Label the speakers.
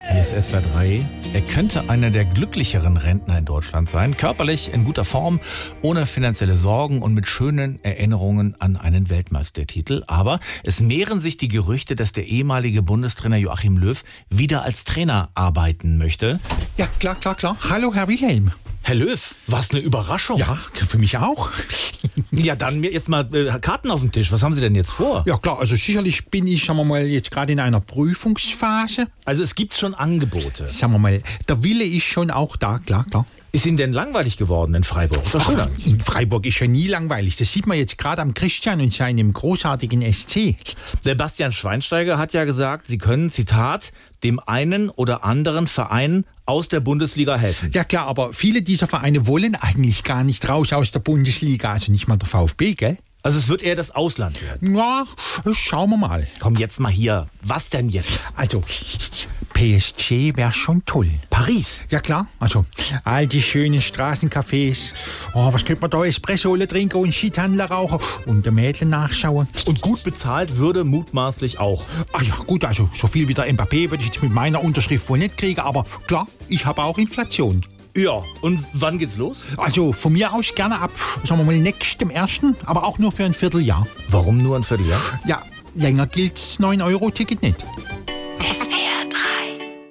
Speaker 1: Eins SWR 3. Er könnte einer der glücklicheren Rentner in Deutschland sein. Körperlich, in guter Form, ohne finanzielle Sorgen und mit schönen Erinnerungen an einen Weltmeistertitel. Aber es mehren sich die Gerüchte, dass der ehemalige Bundestrainer Joachim Löw wieder als Trainer arbeiten möchte.
Speaker 2: Ja, klar, klar, klar. Hallo, Herr Wilhelm.
Speaker 1: Herr Löw, was eine Überraschung.
Speaker 2: Ja, für mich auch.
Speaker 1: Ja, dann mir jetzt mal äh, Karten auf den Tisch. Was haben Sie denn jetzt vor?
Speaker 2: Ja, klar, also sicherlich bin ich, sagen wir mal, jetzt gerade in einer Prüfungsphase.
Speaker 1: Also es gibt schon Angebote.
Speaker 2: Sagen wir mal, der Wille ist schon auch da, klar, klar.
Speaker 1: Ist Ihnen denn langweilig geworden in Freiburg? Ist doch schön.
Speaker 2: Ach, in Freiburg ist ja nie langweilig. Das sieht man jetzt gerade am Christian und seinem großartigen SC.
Speaker 1: Der Bastian Schweinsteiger hat ja gesagt, Sie können, Zitat, dem einen oder anderen Verein aus der Bundesliga helfen.
Speaker 2: Ja klar, aber viele dieser Vereine wollen eigentlich gar nicht raus aus der Bundesliga, also nicht mal der VfB, gell?
Speaker 1: Also es wird eher das Ausland werden.
Speaker 2: Ja, schauen wir mal.
Speaker 1: Komm jetzt mal hier. Was denn jetzt?
Speaker 2: Also, PSG wäre schon toll.
Speaker 1: Paris.
Speaker 2: Ja klar, also all die schönen Straßencafés. Oh, was könnte man da? Espressole trinken und Schiedhandler rauchen und der Mädchen nachschauen.
Speaker 1: Und gut bezahlt würde mutmaßlich auch.
Speaker 2: Ach ja, gut, also so viel wie der Mbappé würde ich jetzt mit meiner Unterschrift wohl nicht kriegen, aber klar, ich habe auch Inflation.
Speaker 1: Ja, und wann geht's los?
Speaker 2: Also von mir aus gerne ab, sagen wir mal, nächstem ersten, aber auch nur für ein Vierteljahr.
Speaker 1: Warum nur ein Vierteljahr?
Speaker 2: Ja, länger gilt's 9-Euro-Ticket nicht.